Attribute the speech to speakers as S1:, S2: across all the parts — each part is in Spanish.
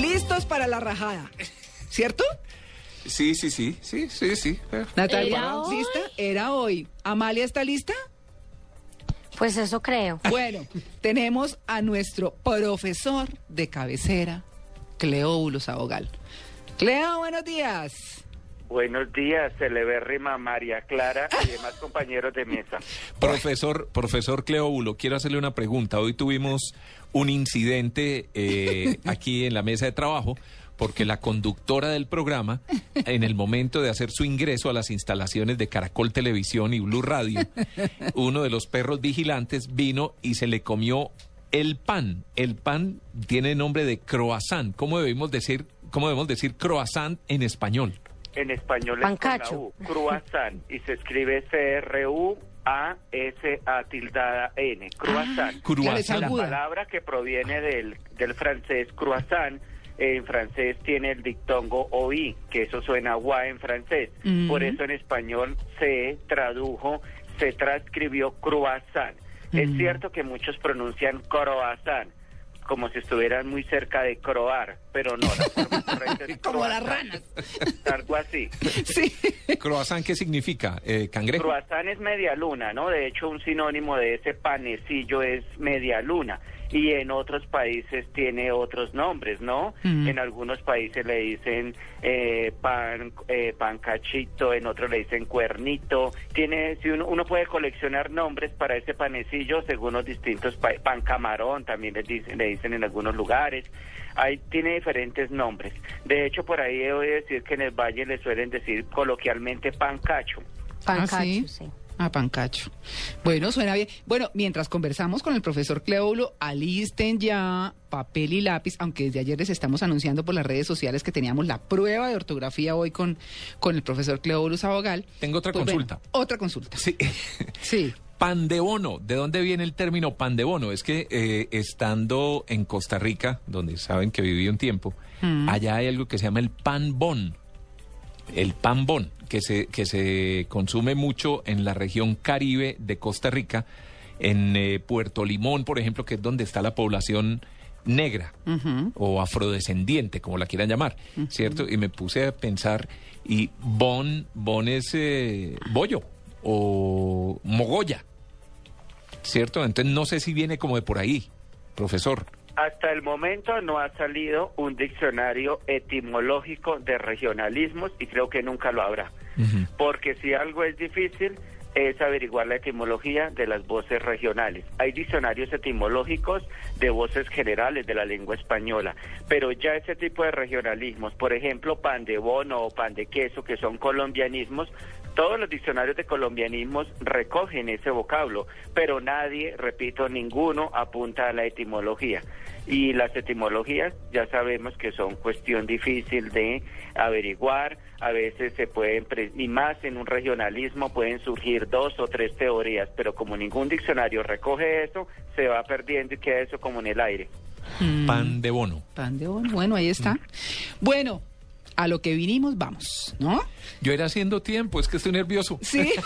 S1: Listos para la rajada. ¿Cierto?
S2: Sí, sí, sí, sí, sí, sí.
S1: Natalia,
S3: Era hoy.
S1: ¿lista? Era hoy. ¿Amalia está lista?
S4: Pues eso creo.
S1: Bueno, tenemos a nuestro profesor de cabecera, Cleóbulos Abogal. Cleo, buenos días.
S5: Buenos días, celebérrima María Clara y demás compañeros de mesa.
S2: Profesor, profesor Cleóbulo, quiero hacerle una pregunta. Hoy tuvimos un incidente eh, aquí en la mesa de trabajo porque la conductora del programa, en el momento de hacer su ingreso a las instalaciones de Caracol Televisión y Blue Radio, uno de los perros vigilantes vino y se le comió el pan. El pan tiene nombre de croissant. ¿Cómo debemos decir, cómo debemos decir croissant en español?
S5: En español es
S4: Pancacho.
S5: con la U, croissant, y se escribe C-R-U-A-S-A tildada N, croissant.
S1: Claro, es
S5: La
S2: Croissant.
S1: aguda.
S5: palabra que proviene del, del francés croissant, en francés tiene el dictongo OI, que eso suena guá en francés. Por eso en español se tradujo, se transcribió croissant. Es cierto que muchos pronuncian croissant, como si estuvieran muy cerca de croar, pero no, la forma correcta es
S1: Como las
S5: croissant.
S1: ranas.
S5: Algo así.
S1: Sí.
S2: Croissant, ¿qué significa? Eh, cangrejo.
S5: Croissant es media luna, ¿no? De hecho, un sinónimo de ese panecillo es media luna. Y en otros países tiene otros nombres, ¿no? En algunos países le dicen eh, pan, eh, pan cachito, en otros le dicen cuernito. Tiene, si uno, uno puede coleccionar nombres para ese panecillo según los distintos países. Pan camarón también les dicen, le dicen en algunos lugares. Hay, tiene diferentes nombres. De hecho, por ahí debo decir que en el valle le suelen decir coloquialmente pancacho.
S4: Pancacho,
S1: ¿Ah, sí?
S4: sí.
S1: Ah, pancacho. Bueno, suena bien. Bueno, mientras conversamos con el profesor Cleóbulo, alisten ya papel y lápiz, aunque desde ayer les estamos anunciando por las redes sociales que teníamos la prueba de ortografía hoy con, con el profesor Cleóbulos Abogal.
S2: Tengo otra
S1: Pues bueno,
S2: consulta.
S1: otra consulta.
S2: Sí.
S1: Sí.
S2: Pan de bono, ¿de dónde viene el término pan de bono? Es que eh, estando en Costa Rica, donde saben que viví un tiempo, allá hay algo que se llama el pan bon, el pan bon, que se, que se consume mucho en la región caribe de Costa Rica, en eh, Puerto Limón, por ejemplo, que es donde está la población negra o afrodescendiente, como la quieran llamar, ¿cierto? Y me puse a pensar, y bon, bon es eh, bollo o mogolla, ¿cierto? Entonces no sé si viene como de por ahí, profesor.
S5: Hasta el momento no ha salido un diccionario etimológico de regionalismos y creo que nunca lo habrá. Porque si algo es difícil es averiguar la etimología de las voces regionales. Hay diccionarios etimológicos de voces generales de la lengua española, pero ya ese tipo de regionalismos, por ejemplo, pan de bono o pan de queso, que son colombianismos, todos los diccionarios de colombianismos recogen ese vocablo, pero nadie, repito, ninguno apunta a la etimología. Y las etimologías ya sabemos que son cuestión difícil de averiguar, a veces se pueden, pre- y más en un regionalismo pueden surgir dos o tres teorías, pero como ningún diccionario recoge eso, se va perdiendo y queda eso como en el aire.
S1: Mm.
S2: Pan de bono.
S1: Pan de bono. Bueno, ahí
S2: Mm.
S1: está. Bueno, a lo que vinimos, vamos, ¿no?
S2: Yo era haciendo tiempo, es que estoy nervioso.
S1: Sí.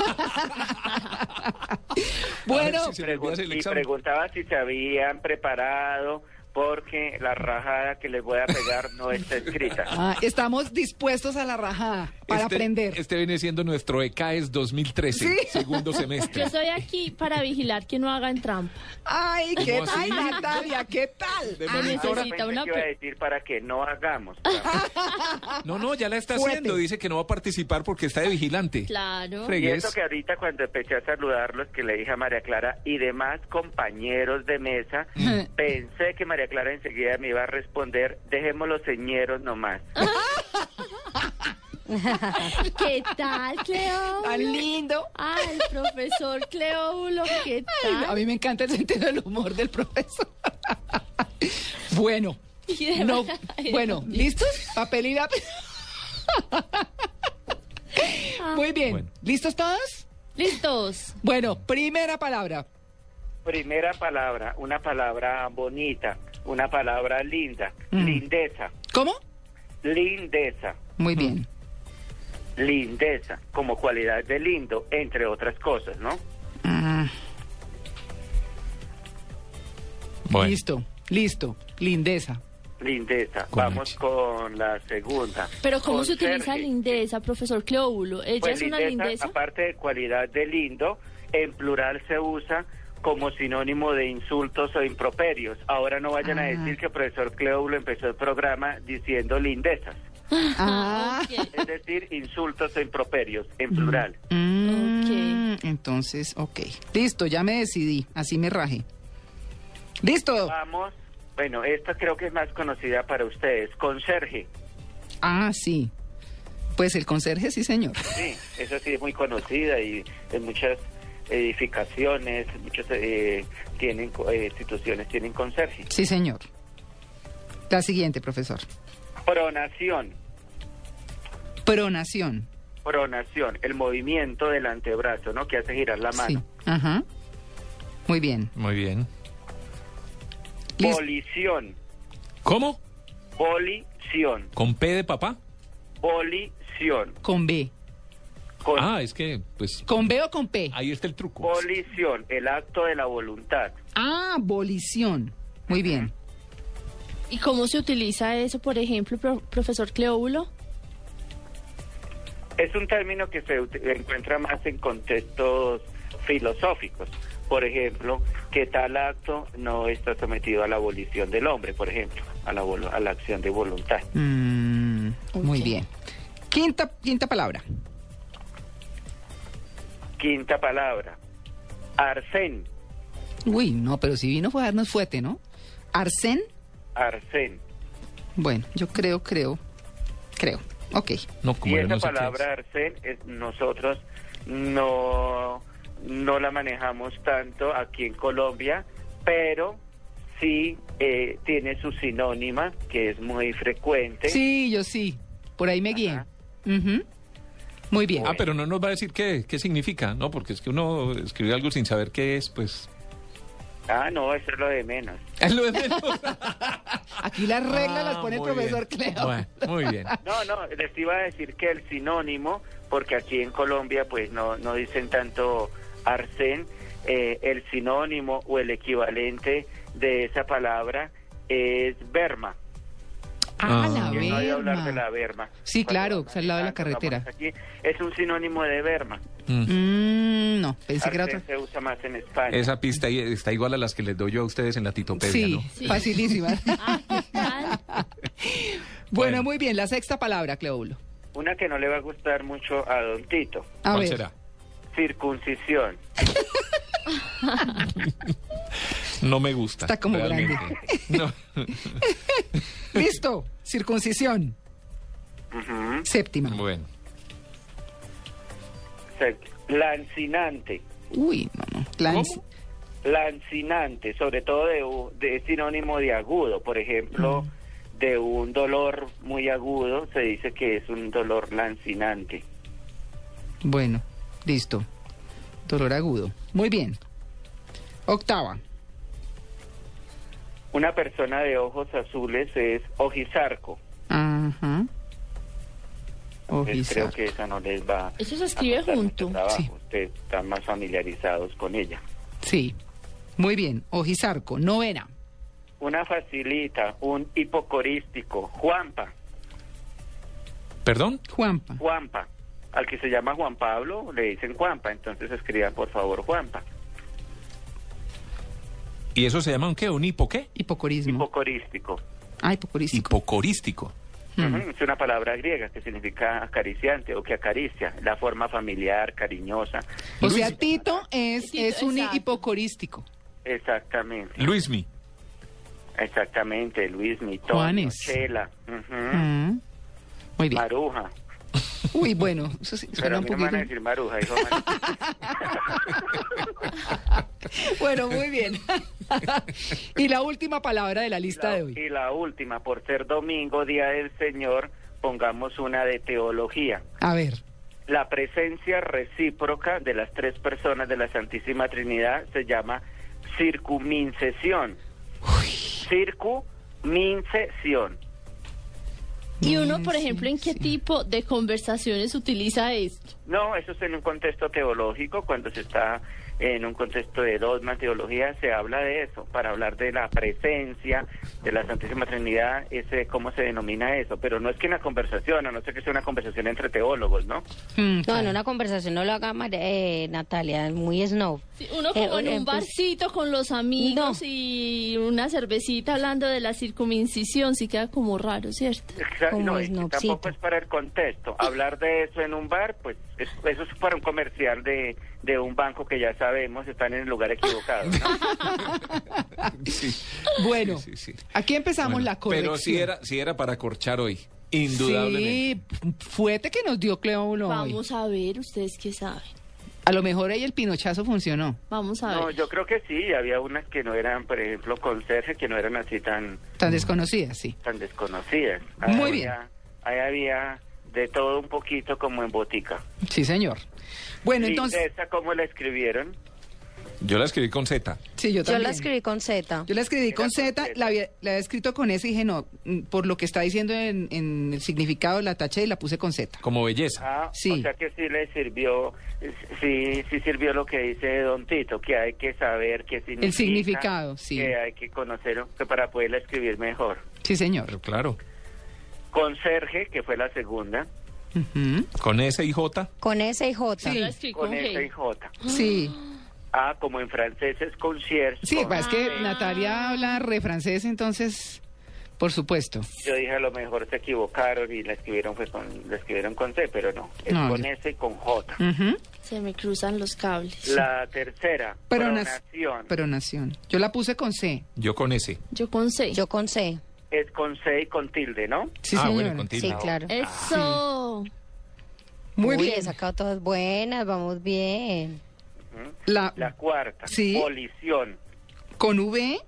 S1: bueno,
S2: A ver si se me olvida hacer el
S5: y
S2: examen.
S5: preguntaba si se habían preparado porque la rajada que les voy a pegar no está escrita.
S1: ah, estamos dispuestos a la rajada para
S2: Este-
S1: aprender.
S2: Este viene siendo nuestro E ECAES 2013,
S1: Sí.
S2: segundo
S6: Yo
S2: semestre.
S6: estoy aquí para vigilar que no hagan trampa.
S1: Ay, qué
S2: ¿Cómo
S1: tal,
S2: así?
S1: Natalia, qué tal.
S2: De
S1: Ah,
S2: monitora.
S6: necesita una
S5: Pensé que iba a
S6: pe-
S5: decir para que no hagamos.
S2: No, no, ya la está
S1: Fuerte.
S2: haciendo. Dice que no va a participar porque está de vigilante.
S6: Claro.
S2: Fregues.
S5: Y eso que ahorita cuando empecé a saludarlos, que le dije a María Clara y demás compañeros de mesa, pensé que María Clara enseguida me iba a responder, dejemos los señeros nomás.
S6: Ah. ¿Qué tal, Cleo?
S1: tan lindo.
S6: Ay, profesor Cleóbulo, ¿qué
S1: Ay,
S6: tal?
S1: a mí me encanta el sentido del humor del profesor. bueno,
S6: Y de
S1: No,
S6: verdad-
S1: bueno, ¿listos? Papel y lápiz. Muy bien.
S2: Bueno.
S1: ¿Listos todos?
S6: Listos.
S1: Bueno, primera palabra.
S5: Primera palabra, una palabra bonita, una palabra linda, lindeza,
S1: ¿Cómo?
S5: lindeza,
S2: Mm.
S1: Muy bien.
S5: lindeza, como cualidad de lindo, entre otras cosas, ¿no?
S1: Ah,
S2: Bueno,
S1: Listo, listo. Lindeza.
S5: Lindeza.
S2: Con
S5: Vamos
S2: H.
S5: con la segunda.
S6: Pero ¿cómo se
S5: Conserje.
S6: utiliza lindeza, profesor Cleóbulo? ¿Ella
S5: Pues
S6: es una lindeza?
S5: aparte de cualidad de lindo, en plural se usa como sinónimo de insultos o improperios. Ahora no vayan
S6: Ah.
S5: a decir que el profesor Cleóbulo empezó el programa diciendo lindezas,
S6: Ah, ok.
S5: es decir, insultos o improperios en plural.
S1: Mm, Entonces, ok. Listo, ya me decidí. Así me raje. Listo.
S5: Vamos, bueno, esta creo que es más conocida para ustedes, conserje.
S1: Ah, sí. Pues el conserje, sí, señor.
S5: Sí, esa sí es muy conocida y en muchas edificaciones, muchas eh, tienen co- eh, instituciones tienen conserje.
S1: Sí, señor. La siguiente, profesor.
S5: Pronación.
S1: Pronación.
S5: pronación, el movimiento del antebrazo, ¿no? Que hace girar la
S1: Sí.
S5: mano.
S1: Ajá. Muy bien.
S2: muy bien.
S1: Listo.
S5: Polición,
S2: ¿Cómo?
S5: polición,
S2: ¿Con P de papá?
S5: polición,
S1: Con B.
S5: con
S2: Ah, es que, pues,
S1: ¿Con B o con P?
S2: ahí está el truco.
S5: polición, el acto de la voluntad.
S1: Ah, abolición. Muy bien.
S6: ¿Y cómo se utiliza eso, por ejemplo, pro- profesor Cleóbulo?
S5: Es un término que se ut- encuentra más en contextos filosóficos. Por ejemplo, que tal acto no está sometido a la abolición del hombre, por ejemplo, a la, volu- a la acción de voluntad.
S1: Mm, Muy
S6: Ok.
S1: bien. Quinta, quinta palabra.
S5: Quinta palabra, arcén,
S1: Uy, no, pero si vino fue a darnos fuerte, ¿no? Arsén.
S5: arcén.
S1: Bueno, yo creo, creo, creo. Ok.
S2: No, como
S5: y
S2: yo
S5: esa
S2: no sé qué
S5: palabra arcén es- nosotros no, no la manejamos tanto aquí en Colombia, pero sí eh, tiene su sinónima, que es muy frecuente.
S1: Sí, yo sí. Por ahí me guié.
S5: Ajá.
S1: Ujú. Muy
S2: es.
S1: bien.
S2: Ah, pero no nos va a decir qué, qué significa, ¿no? Porque es que uno escribe algo sin saber qué es, pues...
S5: Ah, no, eso es lo de menos.
S2: Es lo de menos.
S1: Aquí las reglas las
S2: Ah,
S1: pone el
S2: muy bien.
S1: profesor Cleo.
S2: Bueno, muy bien.
S5: No, no, les iba a decir que el sinónimo, porque aquí en Colombia pues no, no dicen tanto arcén, eh, el sinónimo o el equivalente de esa palabra es berma.
S1: Ah, la
S5: Que no hay que hablar
S1: verma.
S5: de la berma.
S1: Sí,
S5: Cuando
S1: claro,
S5: van
S1: que es al lado de la
S5: manejando,
S1: carretera.
S5: vamos aquí, es un sinónimo de berma.
S1: Mm, no, pensé que era
S5: Arcén
S1: otra.
S5: se usa más en España.
S2: Esa pista ahí está igual a las que les doy yo a ustedes en la titopedia,
S1: Sí,
S2: ¿no?
S1: facilísima.
S6: Ah, ¿qué tal?
S1: bueno,
S2: Bueno.
S1: muy bien. La sexta palabra, Cleóbulo.
S5: Una que no le va a gustar mucho a Don Tito.
S1: A
S2: ¿Cuál
S1: ver.
S2: será?
S5: Circuncisión.
S2: No me gusta.
S1: Está como
S2: realmente. No.
S1: Listo. Circuncisión.
S5: Ujú.
S1: Séptima.
S2: Bueno.
S5: Se- Lancinante.
S1: Uy, no, no. Lanz-
S2: ¿Cómo?
S5: Lancinante, sobre todo de, u- de es sinónimo de agudo. Por ejemplo,
S1: Mm.
S5: de un dolor muy agudo se dice que es un dolor lancinante.
S1: Bueno, listo. Dolor agudo. Muy bien. Octava.
S5: Una persona de ojos azules es ojizarco.
S1: Ajá.
S5: Pues
S1: Ojizar.
S5: creo que esa no les va
S6: Eso se
S5: a
S6: escribe
S5: costar mucho
S6: junto.
S5: trabajo.
S1: Sí.
S5: Ustedes están más familiarizados con ella.
S1: Sí. Muy bien. Ojizarco. Novena.
S5: Una facilita, un hipocorístico, Juanpa,
S2: ¿Perdón?
S1: Juanpa.
S5: Juanpa. Al que se llama Juan Pablo le dicen Juanpa, entonces escriban por favor Juanpa.
S2: ¿Y eso se llama un qué? ¿Un hipo qué?
S1: Hipocorismo.
S5: Hipocorístico.
S1: Ah, hipocorístico.
S2: Hipocorístico.
S5: Ujú, Es una palabra griega que significa acariciante o que acaricia, la forma familiar, cariñosa.
S1: o sea, Tito es,
S6: Tito,
S1: es un
S6: exacto.
S1: hipocorístico.
S5: Exactamente,
S2: Luismi.
S5: exactamente, Luis, Mitón,
S1: Juanes.
S2: Ah.
S5: Chela, ujú,
S1: Mm. Muy bien.
S5: Maruja.
S1: Uy, bueno, eso sí,
S5: Pero
S1: suena
S5: a
S1: un
S5: mí no me van a
S1: poquito.
S5: decir maruja, hijo de madre.
S1: Bueno, muy bien. y la última palabra de la lista
S5: La-
S1: de hoy.
S5: Y la última, por ser domingo, Día del Señor, pongamos una de teología.
S1: A ver.
S5: La presencia recíproca de las tres personas de la Santísima Trinidad se llama circumincesión. Circumincesión.
S6: Y uno, por ejemplo, ¿en qué tipo de conversaciones utiliza esto?
S5: No, eso es en un contexto teológico, cuando se está en un contexto de dogma, teología, se habla de eso, para hablar de la presencia de la Santísima Trinidad, ese cómo se denomina eso, pero no es que una conversación, a no ser que sea una conversación entre teólogos, ¿no?
S1: Hmm,
S4: No, en una conversación no lo haga Mar- eh, Natalia, muy snob.
S6: Sí, Uno
S4: Eh,
S6: como en
S4: eh,
S6: un
S4: pues,
S6: barcito con los amigos
S4: No.
S6: y una cervecita hablando de la circuncisión, sí queda como raro, ¿cierto?
S5: Exacto,
S4: Como
S5: no, y
S4: snobcito.
S5: tampoco es para el contexto. Hablar de eso en un bar, pues es- eso es para un comercial de, de un banco que ya sabemos están en el lugar equivocado. ¿no?
S2: Sí.
S1: Bueno,
S2: Sí, sí, sí.
S1: aquí empezamos
S2: Bueno,
S1: Ah, la corrección.
S2: Pero sí era, sí era para corchar hoy, indudablemente.
S1: Sí, fuerte que nos dio Cleóbulo hoy.
S6: Vamos a ver, ustedes qué saben.
S1: A lo mejor ahí el pinochazo funcionó.
S6: Vamos a
S5: No,
S6: ver.
S5: yo creo que sí, había unas que no eran, por ejemplo, conserje, que no eran así tan...
S2: Mm.
S1: Tan desconocida, sí.
S5: tan desconocidas.
S1: Muy bien.
S5: había- Ahí había de todo un poquito como en botica.
S1: Sí, señor. Bueno,
S5: ¿Y
S1: entonces.
S5: esa cómo la escribieron?
S2: Yo la escribí con Z.
S1: Sí, yo
S4: Yo
S1: también.
S4: la escribí con Z.
S1: Yo la escribí
S5: Era
S1: con
S5: con
S1: Z,
S5: Z.
S1: la había, la había escrito con S y dije, no, mm, por lo que está diciendo en, en el significado de la tacha y la puse con Z.
S2: Como belleza.
S5: Ah,
S1: Sí.
S5: O sea que sí le sirvió, sí, sí sirvió lo que dice Don Tito, que hay que saber qué significa.
S1: significado, sí.
S5: Que hay que conocer que para poderla escribir mejor.
S1: Sí, señor.
S2: Pero claro,
S5: Conserje, que fue la segunda,
S1: Ujú.
S2: con S y J.
S4: Con S y J.
S6: Yo la escribí
S5: con
S6: con G.
S5: S y J.
S1: Sí,
S5: Ah, como en francés es concierge.
S1: sí,
S5: con-
S1: pues es que Natalia habla re francés, entonces, por supuesto.
S5: Yo dije a lo mejor se equivocaron y la escribieron fue con, la escribieron con C, pero no, es
S1: No,
S5: con
S1: yo-
S5: S y con J.
S1: Ujú.
S6: Se me cruzan los cables.
S5: La tercera,
S1: Pronas-
S5: pronación,
S1: Pronación. Yo la puse con C.
S2: Yo con S.
S6: Yo con C.
S4: Yo con C.
S5: es con C y con tilde, ¿no?
S1: Sí,
S2: ah,
S1: señora.
S2: bueno, con tilde.
S4: Sí, claro.
S6: Eh, Eso.
S5: Ah,
S1: Muy
S4: Uy,
S1: bien.
S4: he sacado todas buenas, vamos bien.
S1: La,
S5: La cuarta,
S1: Sí.
S5: colisión,
S1: con V,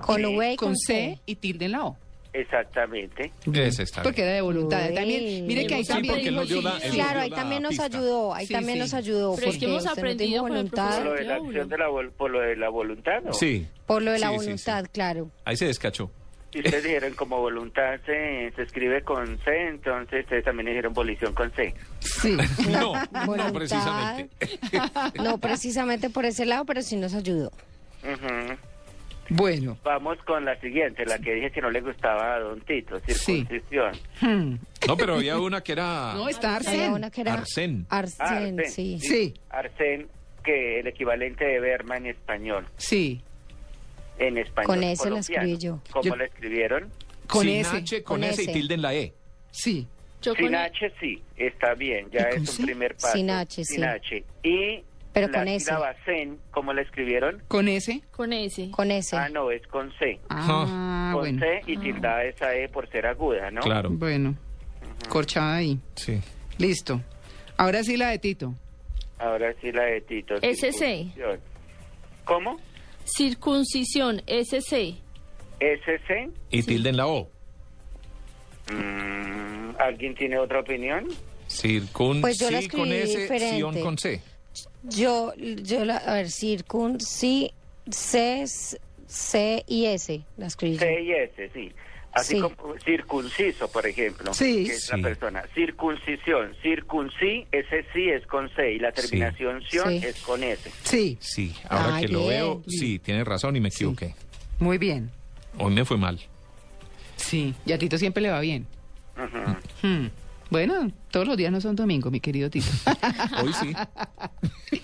S4: Con V y
S1: con,
S4: con,
S1: C y tilde en la O.
S5: exactamente.
S2: Ese está bien.
S1: Porque era de voluntad.
S4: Uy.
S1: También, mire que ahí
S6: Sí,
S1: también
S2: porque él nos
S1: dijo
S2: dio la-
S1: sí.
S2: él
S4: Claro,
S2: dio
S4: ahí
S2: la
S4: también nos
S2: pista.
S4: ayudó, ahí
S1: Sí,
S4: también
S1: sí.
S4: nos ayudó.
S6: Pero es que
S4: porque
S6: hemos
S4: usted no
S6: aprendido con
S4: tuvo
S6: el
S4: voluntad.
S5: Por lo
S6: profesor.
S5: de la
S6: Claro.
S5: acción de la, vol- por lo de la voluntad, ¿no?
S2: Sí.
S4: Por lo de la
S2: Sí, sí, sí.
S4: voluntad, claro.
S2: Ahí se descachó.
S5: Si ustedes dijeron como voluntad se, se escribe con C, entonces ustedes también dijeron volición con C.
S1: Sí.
S2: No,
S4: Voluntad.
S2: no precisamente.
S4: No precisamente por ese lado, pero sí nos ayudó.
S5: Ujú.
S1: Bueno.
S5: Vamos con la siguiente, la que dije que no le gustaba a Don Tito,
S1: Sí.
S5: circuncisión.
S1: Hmm.
S2: No, pero había una que era.
S1: No, está
S4: Había
S1: Arsen.
S4: una que era
S2: Arsén.
S5: Ah,
S4: Arsen,
S5: Arsén,
S4: sí.
S1: Sí.
S5: Arsén, que el equivalente de Berma en español.
S1: Sí.
S5: En español.
S4: Con S la
S5: colombiano.
S4: escribí yo.
S5: ¿Cómo
S1: Yo-
S5: la escribieron?
S1: Con
S2: Sin
S1: S.
S2: H, con,
S4: Con
S2: S, y
S4: S.
S2: tilde en la E.
S1: Sí.
S6: Yo
S5: Sin
S6: con E.
S5: H sí, está bien, ya
S1: ¿Y con
S5: es un
S1: C?
S5: primer paso.
S4: Sin H,
S5: Sin
S4: sí.
S5: H. Y
S4: Pero
S5: la
S4: con S.
S5: sílaba zen, ¿cómo la escribieron?
S1: Con S.
S6: Con S.
S4: Con S.
S5: Ah, no, es con C.
S1: Ah,
S5: con
S1: bueno.
S5: C y tildada esa E por ser aguda, ¿no?
S2: Claro.
S1: Bueno. Corchada ahí.
S2: Sí.
S1: Listo. Ahora sí la de Tito.
S5: Ahora sí la de Tito.
S6: SC.
S5: circuncisión. ¿Cómo?
S6: Circuncisión, SC.
S5: SC.
S2: Y tilde en la O.
S5: Mm, ¿Alguien tiene otra opinión?
S2: Circun,
S4: Pues yo la
S2: sí con
S4: escribí
S2: S,
S4: diferente.
S2: sion con C.
S4: Yo, yo la, a ver, circun, sí, C, C y S, la escribí. yo.
S5: C y S, sí. Así
S4: Sí.
S5: como circunciso, por ejemplo.
S1: Sí.
S5: Que es la
S2: Sí.
S5: persona. Circuncisión. Circuncí, ese sí es con C. Y la
S2: Sí.
S5: terminación ción
S4: Sí.
S5: es con S.
S1: Sí.
S2: Sí, ahora
S4: Ay,
S2: que lo
S4: bien.
S2: veo, sí, tienes razón y me equivoqué.
S1: Muy bien.
S2: Hoy me fue mal.
S1: Sí. Y a Tito siempre le va bien.
S5: Ujú.
S1: Hmm. Bueno, todos los días no son domingos, mi querido Tito.
S2: Hoy sí.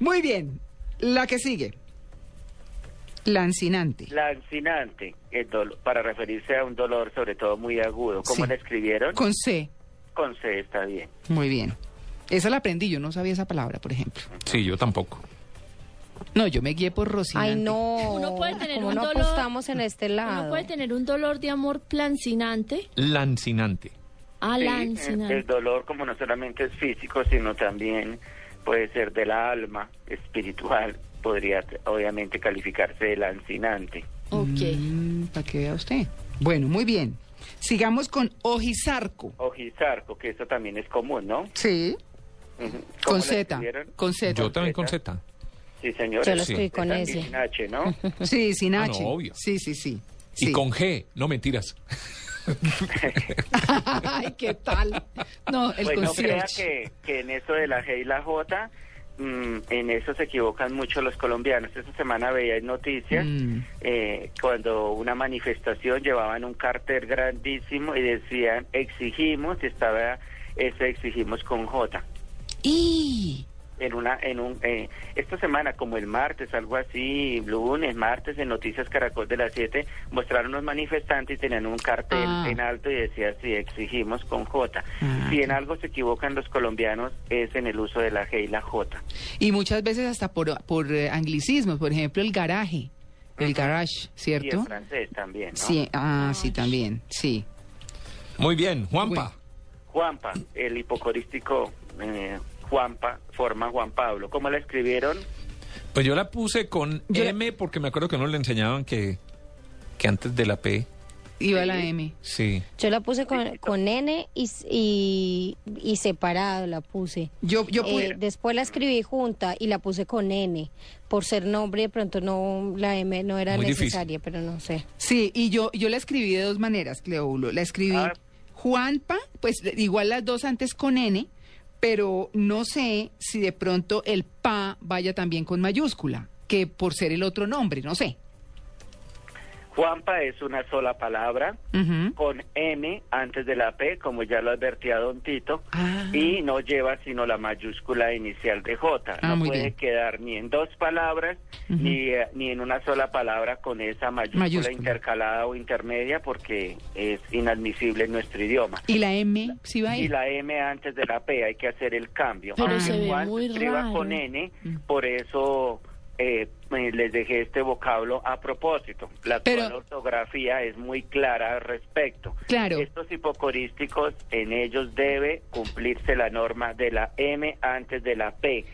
S1: Muy bien. La que sigue. Lancinante.
S5: Lancinante, el dolo- para referirse a un dolor sobre todo muy agudo. ¿Cómo
S1: Sí.
S5: la escribieron?
S1: Con C.
S5: Con C está bien.
S1: Muy bien. Esa la aprendí, yo no sabía esa palabra, por ejemplo.
S2: Sí, yo tampoco.
S1: No, yo me guié por Rocinante.
S4: Ay, no.
S6: Uno puede tener
S4: ¿Cómo
S6: un
S4: no
S6: dolor.
S4: apostamos en este lado?
S6: Uno puede tener un dolor de amor plancinante.
S2: Lancinante.
S6: Ah,
S5: Sí,
S6: la
S5: eh,
S6: ansiedad.
S5: el dolor como no solamente es físico, sino también puede ser del alma, espiritual, podría obviamente calificarse del ancinante.
S6: Ok.
S1: Mm, para que vea usted. Bueno, muy bien. Sigamos con ojizarco.
S5: Ojizarco, que eso también es común, ¿no?
S1: Sí.
S5: Ujú. ¿Cómo
S1: Con
S5: la
S1: Z.
S5: escribieron?
S1: Con Z.
S2: Yo también con Z.
S5: Sí, señor.
S4: Yo lo
S2: Sí.
S4: escribí con
S5: Zeta
S4: ese.
S5: y sin H, ¿no?
S1: Sí, sin
S2: Ah, no,
S1: H.
S2: obvio.
S1: Sí, sí, sí.
S2: Y
S1: Sí.
S2: con G, no mentiras.
S1: Ay, ¿qué tal? No, el
S5: Pues no crea
S1: concierge.
S5: que, que en eso de la G y la J, mm, en eso se equivocan mucho los colombianos. Esta semana veía en noticias
S1: Mm.
S5: eh, cuando una manifestación llevaban un cartel grandísimo y decían exigimos, y estaba ese exigimos con J.
S1: Y
S5: En una, en un, eh, esta semana, como el martes, algo así, lunes, martes, en Noticias Caracol de las 7, mostraron unos manifestantes y tenían un cartel
S1: Ah.
S5: en alto y decía, si exigimos con J.
S1: Ah,
S5: si en
S1: claro.
S5: algo se equivocan los colombianos, es en el uso de la G y la J.
S1: Y muchas veces hasta por, por eh, anglicismos, por ejemplo, el garaje, el garage,
S5: Y en
S1: ¿cierto?
S5: francés también, ¿no?
S1: Sí, ah, sí, también, sí.
S2: Muy bien, Juanpa.
S5: Juanpa, el hipocorístico eh, Juanpa, forma Juan Pablo. ¿Cómo la escribieron?
S2: Pues yo la puse con
S1: Yo la-
S2: M porque me acuerdo que no le enseñaban que, que antes de la P,
S1: Iba la M.
S2: sí.
S4: Yo la puse con, con N y, s- y, y separado la puse.
S1: Yo, yo
S4: Eh,
S1: puse-
S4: después la escribí junta y la puse con N. Por ser nombre, de pronto no la M no era
S2: Muy difícil.
S4: necesaria, pero no sé.
S1: Sí, y yo, yo la escribí de dos maneras, Cleobulo. La escribí
S5: Ah.
S1: Juanpa, pues de- igual las dos antes con N, pero no sé si de pronto el pa vaya también con mayúscula, que por ser el otro nombre, no sé.
S5: Juanpa es una sola palabra.
S1: Ujú.
S5: con M antes de la P, como ya lo advertía don Tito,
S1: Ah.
S5: y no lleva sino la mayúscula inicial de J.
S1: Ah,
S5: no
S1: muy
S5: puede
S1: bien.
S5: quedar ni en dos palabras, ni, eh, ni en una sola palabra con esa mayúscula,
S1: Mayúscula.
S5: intercalada o intermedia, porque es inadmisible en nuestro idioma.
S1: Y la M, sí va
S5: Y
S1: ahí.
S5: la M antes de la P, hay que hacer el cambio.
S6: Pero
S5: Aunque
S6: se ve
S5: Juan
S6: muy
S5: escriba
S6: raro.
S5: con N,
S1: Mm.
S5: por eso eh, eh, les dejé este vocablo a propósito. La actual
S1: Pero-
S5: ortografía es muy clara al respecto.
S1: Claro.
S5: Estos hipocorísticos, en ellos debe cumplirse la norma de la M antes de la P.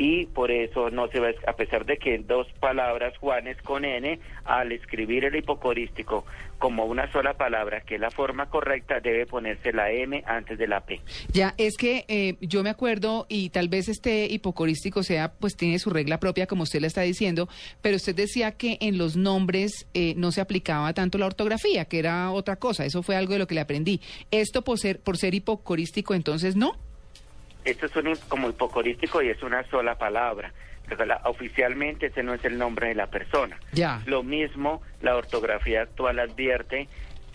S5: Y por eso no se va, a pesar de que en dos palabras Juanes con N, al escribir el hipocorístico como una sola palabra, que es la forma correcta, debe ponerse la M antes de la P.
S1: Ya, es que eh, yo me acuerdo, y tal vez este hipocorístico sea, pues tiene su regla propia, como usted la está diciendo, pero usted decía que en los nombres eh, no se aplicaba tanto la ortografía, que era otra cosa, eso fue algo de lo que le aprendí. Esto por ser, por ser hipocorístico, entonces no.
S5: Esto es un, hip- como hipocorístico y es una sola palabra. Pero la- oficialmente ese no es el nombre de la persona.
S1: Ya.
S5: Lo mismo la ortografía actual advierte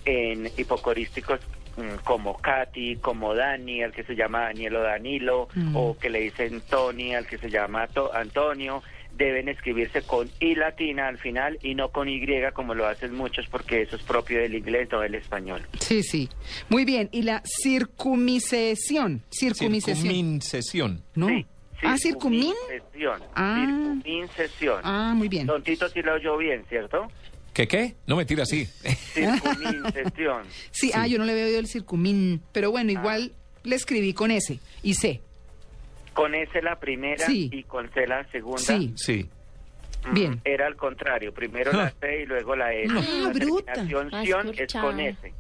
S5: en hipocorísticos mm, como Katy, como Dani, al que se llama Daniel o Danilo, o que le dicen Tony, al que se llama To- Antonio, deben escribirse con I latina al final y no con Y como lo hacen muchos porque eso es propio del inglés o del español.
S1: Sí, sí. Muy bien, y la circunmisesión. Circunmisesión.
S2: Circumincesión.
S1: No.
S5: Sí,
S1: Ah, circunmin.
S5: circumincesión,
S1: Ah.
S5: circumincesión.
S1: Ah, muy bien.
S5: Don Tito sí lo oyó bien, ¿cierto?
S2: ¿Qué qué? No mentiras, sí.
S5: Circumincesión.
S1: Sí, ah, yo no le había oído el circumín, pero bueno,
S5: Ah.
S1: igual le escribí con S y C.
S5: Con S la primera
S1: Sí.
S5: y con C la segunda.
S1: Sí.
S2: Sí.
S5: Mm,
S1: Bien.
S5: Era al contrario, primero la C y luego la S.
S1: No.
S5: la
S1: Ah, bruta.
S5: terminación
S6: Ah,
S5: ción es
S6: escorchada.
S5: con S.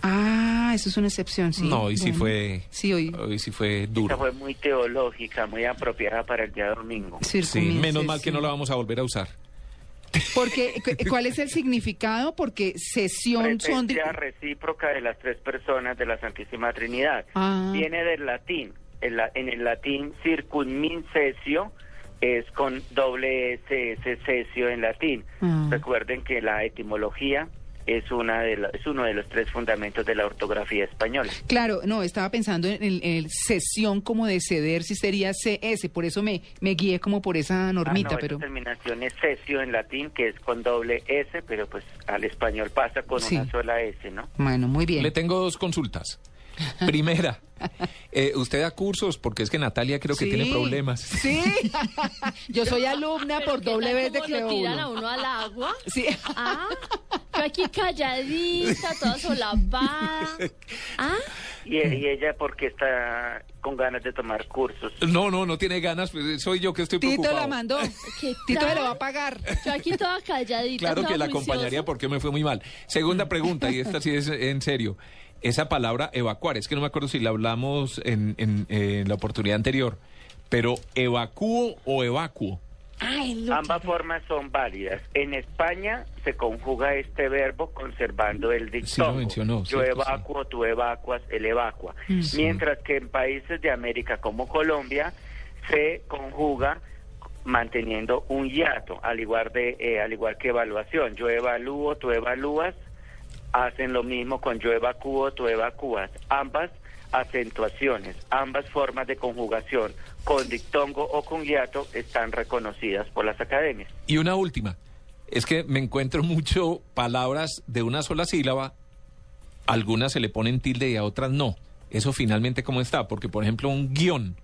S1: Ah, eso es una excepción, sí.
S2: No, hoy sí
S1: Bueno.
S2: fue.
S1: Sí, hoy.
S2: Hoy sí fue
S5: Esta
S2: duro.
S5: fue muy teológica, muy apropiada para el día domingo.
S2: Sí,
S1: circunmincesión.
S2: menos mal que no la vamos a volver a usar.
S1: Porque, cu- ¿cuál es el significado? Porque sesión son... de-
S5: Presencia recíproca de las tres personas de la Santísima Trinidad.
S1: Ah.
S5: Viene del latín. En, la- en el latín, circunmincesio es con doble S, S, cesio en latín.
S1: Ah.
S5: Recuerden que la etimología es, una de la- es uno de los tres fundamentos de la ortografía española.
S1: Claro, no, estaba pensando en el, en el sesión como de ceder, si sería CS, por eso me, me guié como por esa normita,
S5: Ah, no,
S1: pero...
S5: esa terminación es cesio en latín, que es con doble S, pero pues al español pasa con
S1: Sí.
S5: una sola S, ¿no?
S1: Bueno, muy bien.
S2: Le tengo dos consultas. Primera, eh, usted da cursos porque es que Natalia creo que
S1: Sí,
S2: tiene problemas.
S1: Sí, yo soy alumna
S6: Ah, Pero
S1: por
S6: ¿qué
S1: doble
S6: tal
S1: vez de
S6: como lo tiran a
S1: Cleobulo.
S6: uno al agua?
S1: Sí.
S6: Ah, Yo aquí calladita, toda solapada. Ah,
S5: Y, y ella porque está con ganas de tomar cursos.
S2: No, no, no tiene ganas, pues, soy yo que estoy
S1: Tito
S2: preocupado.
S1: la mandó.
S6: ¿Qué
S1: Tito me
S6: tal?
S1: lo va a pagar.
S6: yo aquí toda calladita.
S2: Claro
S6: toda
S2: que la
S6: juiciosa.
S2: acompañaría porque me fue muy mal. Segunda pregunta, y esta sí es en serio. Esa palabra evacuar, es que no me acuerdo si la hablamos en, en- en la oportunidad anterior, pero ¿evacúo o evacuo?
S5: Ambas formas son válidas. En España se conjuga este verbo conservando el dictongo.
S2: mencionó,
S5: Yo
S2: cierto,
S5: evacuo, tú evacuas, él evacua. Mientras que en países de América como Colombia se conjuga manteniendo un hiato, al igual de eh, al igual que evaluación. Yo evalúo, tú evalúas. Hacen lo mismo con yo evacuo, tú evacúas. Ambas acentuaciones, ambas formas de conjugación con dictongo o con hiato están reconocidas por las academias.
S2: Y una última, es que me encuentro mucho palabras de una sola sílaba, algunas se le ponen tilde y a otras no. Eso finalmente cómo está, porque por ejemplo un guión,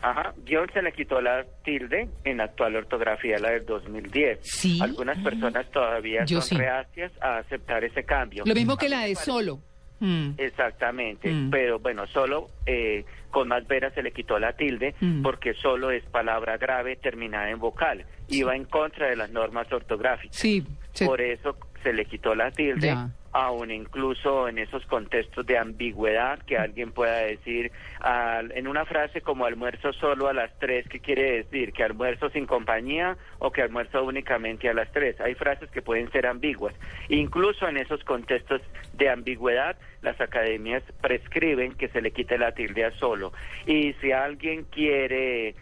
S5: Ajá, guión se le quitó la tilde en la actual ortografía, la del 2010.
S1: Sí. Ah.
S5: Algunas personas todavía
S1: Yo
S5: son
S1: sí.
S5: reacias a aceptar ese cambio.
S1: Lo mismo que la de solo. Mm.
S5: Exactamente,
S1: Mm.
S5: pero bueno, solo eh, con más veras se le quitó la tilde
S1: Mm.
S5: porque solo es palabra grave terminada en vocal y va en contra de las normas ortográficas.
S1: Sí, se-
S5: Por eso se le quitó la tilde,
S1: Ya.
S5: aún incluso en esos contextos de ambigüedad que alguien pueda decir al- en una frase como almuerzo solo a las tres, ¿qué quiere decir? ¿Que almuerzo sin compañía o que almuerzo únicamente a las tres? Hay frases que pueden ser ambiguas. Incluso en esos contextos de ambigüedad, las academias prescriben que se le quite la tilde a solo. Y si alguien quiere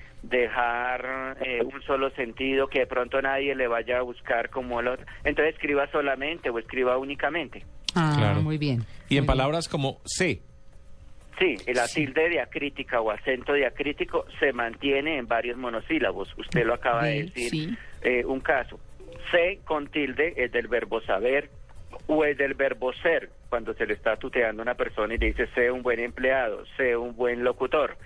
S5: dejar eh, un solo sentido que de pronto nadie le vaya a buscar como el otro. Entonces escriba solamente o escriba únicamente.
S1: Ah,
S2: Claro.
S1: muy bien.
S2: y en
S1: Muy bien.
S2: palabras como se,
S5: Sí, la tilde diacrítica o acento diacrítico se mantiene en varios monosílabos. Usted lo acaba de
S1: Ve,
S5: decir.
S1: sí.
S5: Eh, un caso. Se con tilde es del verbo saber o es del verbo ser. Cuando se le está tuteando a una persona y le dice, sé un buen empleado, sé un buen locutor.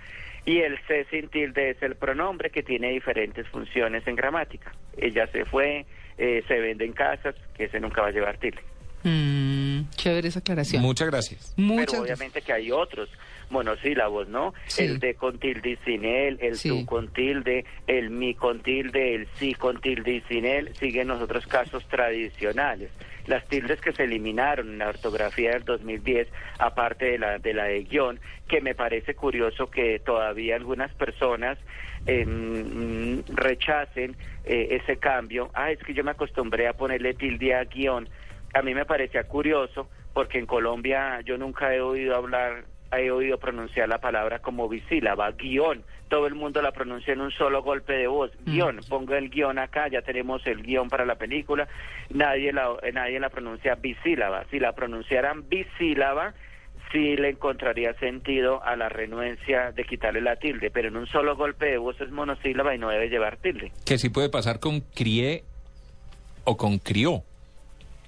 S5: Y el se sin tilde es el pronombre que tiene diferentes funciones en gramática. Ella se fue, eh, se vende en casas, que ese nunca va a llevar tilde.
S1: Mm, chévere esa aclaración.
S2: muchas gracias.
S1: Muchas
S5: Pero
S1: gracias.
S5: obviamente que hay otros monosílabos, ¿no?
S1: Sí.
S5: El de con tilde y sin él, el
S1: Sí.
S5: tú con tilde, el mi con tilde, el sí con tilde y sin él, siguen los otros casos tradicionales. Las tildes que se eliminaron en la ortografía del 2010, aparte de la de, la de guión, que me parece curioso que todavía algunas personas eh, mm, rechacen eh, ese cambio. Ah, es que yo me acostumbré a ponerle tilde a guión. A mí me parecía curioso porque en Colombia yo nunca he oído hablar, he oído pronunciar la palabra como bisílaba, guión. Todo el mundo la pronuncia en un solo golpe de voz, guión. Ponga el guión acá, ya tenemos el guión para la película. Nadie la, eh, nadie la pronuncia bisílaba. Si la pronunciaran bisílaba, sí le encontraría sentido a la renuencia de quitarle la tilde, pero en un solo golpe de voz es monosílaba y no debe llevar tilde.
S2: Que sí puede pasar con crié o con crió.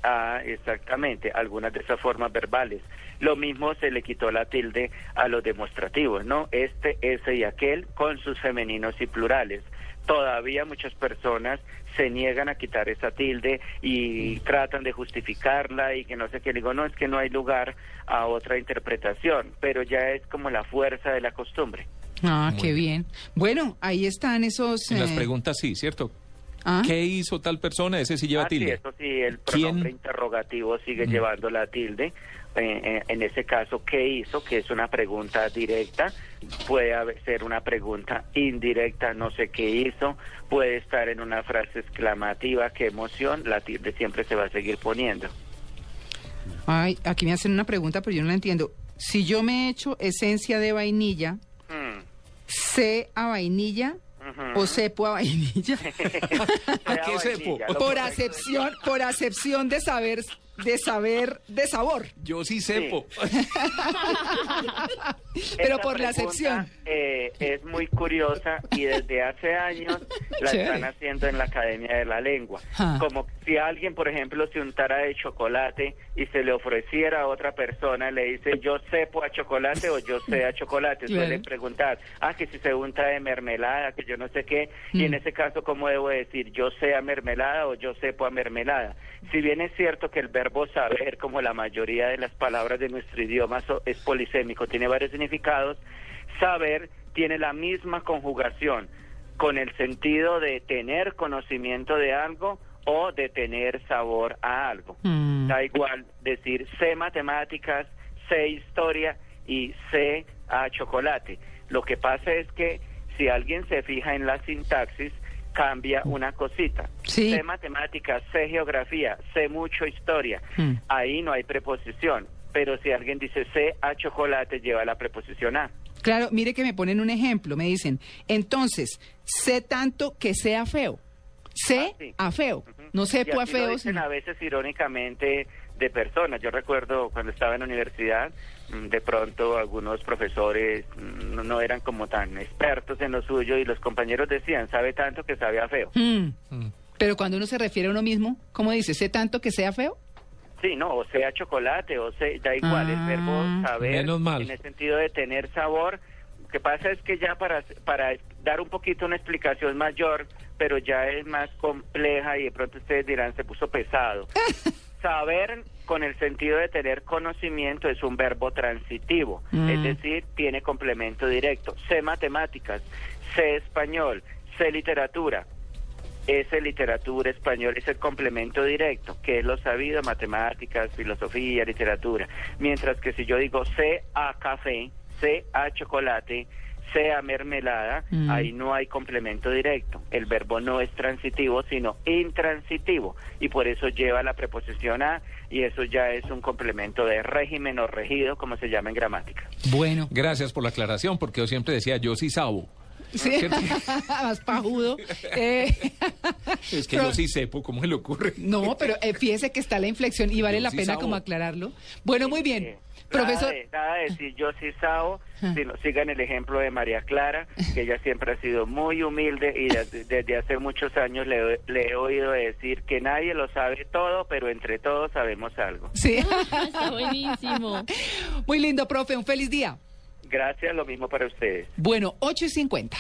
S5: Ah, exactamente, algunas de esas formas verbales. Lo mismo se le quitó la tilde a los demostrativos, ¿no? Este, ese y aquel con sus femeninos y plurales. Todavía muchas personas se niegan a quitar esa tilde y tratan de justificarla y que no sé qué. Le Digo, no, es que no hay lugar a otra interpretación, pero ya es como la fuerza de la costumbre.
S1: Ah,
S2: Muy
S1: qué bien. Bueno, ahí están esos.
S2: En las
S1: eh,
S2: preguntas sí, ¿cierto?
S1: ah,
S2: ¿Qué hizo tal persona? Ese sí lleva
S5: Ah, sí,
S2: tilde.
S5: eso sí,
S2: ¿Quién? Mm.
S5: el pronombre interrogativo sigue llevando la tilde. Eh, eh, en ese caso, ¿qué hizo? Que es una pregunta directa. Puede haber- ser una pregunta indirecta, no sé qué hizo. Puede estar en una frase exclamativa, qué emoción. La tilde siempre se va a seguir poniendo.
S1: Ay, aquí me hacen una pregunta, pero yo no la entiendo. Si yo me echo esencia de vainilla,
S5: Mm.
S1: ¿sé a vainilla o sepo a vainilla?
S2: ¿A
S5: Sea
S2: qué
S5: vainilla,
S2: sepo?
S5: lo
S1: por
S5: correcto.
S1: acepción, por acepción de saber, de saber, de sabor.
S2: Yo sí sepo.
S1: Pero
S5: Esta
S1: por la
S5: pregunta,
S1: acepción.
S5: eh, es muy curiosa y desde hace años la
S1: Chévere.
S5: están haciendo en la Academia de la Lengua.
S1: Ah.
S5: Como si alguien, por ejemplo, se untara de chocolate y se le ofreciera a otra persona, le dice yo sepo a chocolate o yo sé a chocolate.
S1: Claro.
S5: Suelen preguntar, ah, que si se unta de mermelada, que yo no sé qué. Y en ese caso, ¿cómo debo decir yo sé a mermelada o yo sepo a mermelada? Si bien es cierto que el verbo verbo saber, como la mayoría de las palabras de nuestro idioma, so- es polisémico, tiene varios significados. Saber tiene la misma conjugación con el sentido de tener conocimiento de algo o de tener sabor a algo. Da igual decir sé matemáticas, sé historia y sé a chocolate. Lo que pasa es que si alguien se fija en la sintaxis, cambia una cosita.
S1: Sí.
S5: Sé matemáticas, sé geografía, sé mucho historia. Ahí no hay preposición. Pero si alguien dice sé a chocolate, lleva la preposición a.
S1: Claro, mire que me ponen un ejemplo, me dicen, entonces, sé tanto que sea feo. Sé
S5: Ah, sí.
S1: a feo.
S5: Ujú.
S1: No
S5: Y
S1: sé a
S5: así lo
S1: feo,
S5: dicen
S1: sino-
S5: a veces irónicamente de personas. Yo recuerdo cuando estaba en la universidad, mm, de pronto algunos profesores mm, no- no eran como tan expertos en lo suyo y los compañeros decían, sabe tanto que sabe a feo.
S1: Mm. Pero cuando uno se refiere a uno mismo, ¿cómo dice? ¿Sé tanto que sea feo?
S5: Sí, no, o sea chocolate, o sea, da igual, el verbo saber,
S2: menos mal.
S5: en el sentido de tener sabor. Lo que pasa es que ya para, para dar un poquito una explicación mayor, pero ya es más compleja y de pronto ustedes dirán, se puso pesado. saber con el sentido de tener conocimiento es un verbo transitivo, es decir, tiene complemento directo. Sé matemáticas, sé español, sé literatura, ese literatura español es el complemento directo, que es lo sabido, matemáticas, filosofía, literatura. Mientras que si yo digo sé a café, sé a chocolate, sé a mermelada, ahí no hay complemento directo. El verbo no es transitivo, sino intransitivo. Y por eso lleva la preposición a, y eso ya es un complemento de régimen o regido, como se llama en gramática.
S1: Bueno.
S2: Gracias por la aclaración, porque yo siempre decía, yo sí sabo.
S1: Sí. Más pajudo. Eh,
S2: Es que yo sí sepo, ¿cómo se le ocurre?
S1: no, pero eh, fíjese que está la inflexión y vale
S2: Yo
S1: la
S2: sí
S1: pena
S2: sabo.
S1: como aclararlo. Bueno, muy bien.
S5: Eh,
S1: Profesor, Ah.
S5: Nada de, nada de decir yo sí sabo, sino sigan el ejemplo de María Clara, que ella siempre ha sido muy humilde y desde, desde hace muchos años le, le he oído decir que nadie lo sabe todo, pero entre todos sabemos algo.
S1: sí.
S6: Ah, Está buenísimo.
S1: Muy lindo, profe. Un feliz día.
S5: Gracias, lo mismo para ustedes.
S1: Bueno, 8 y 50.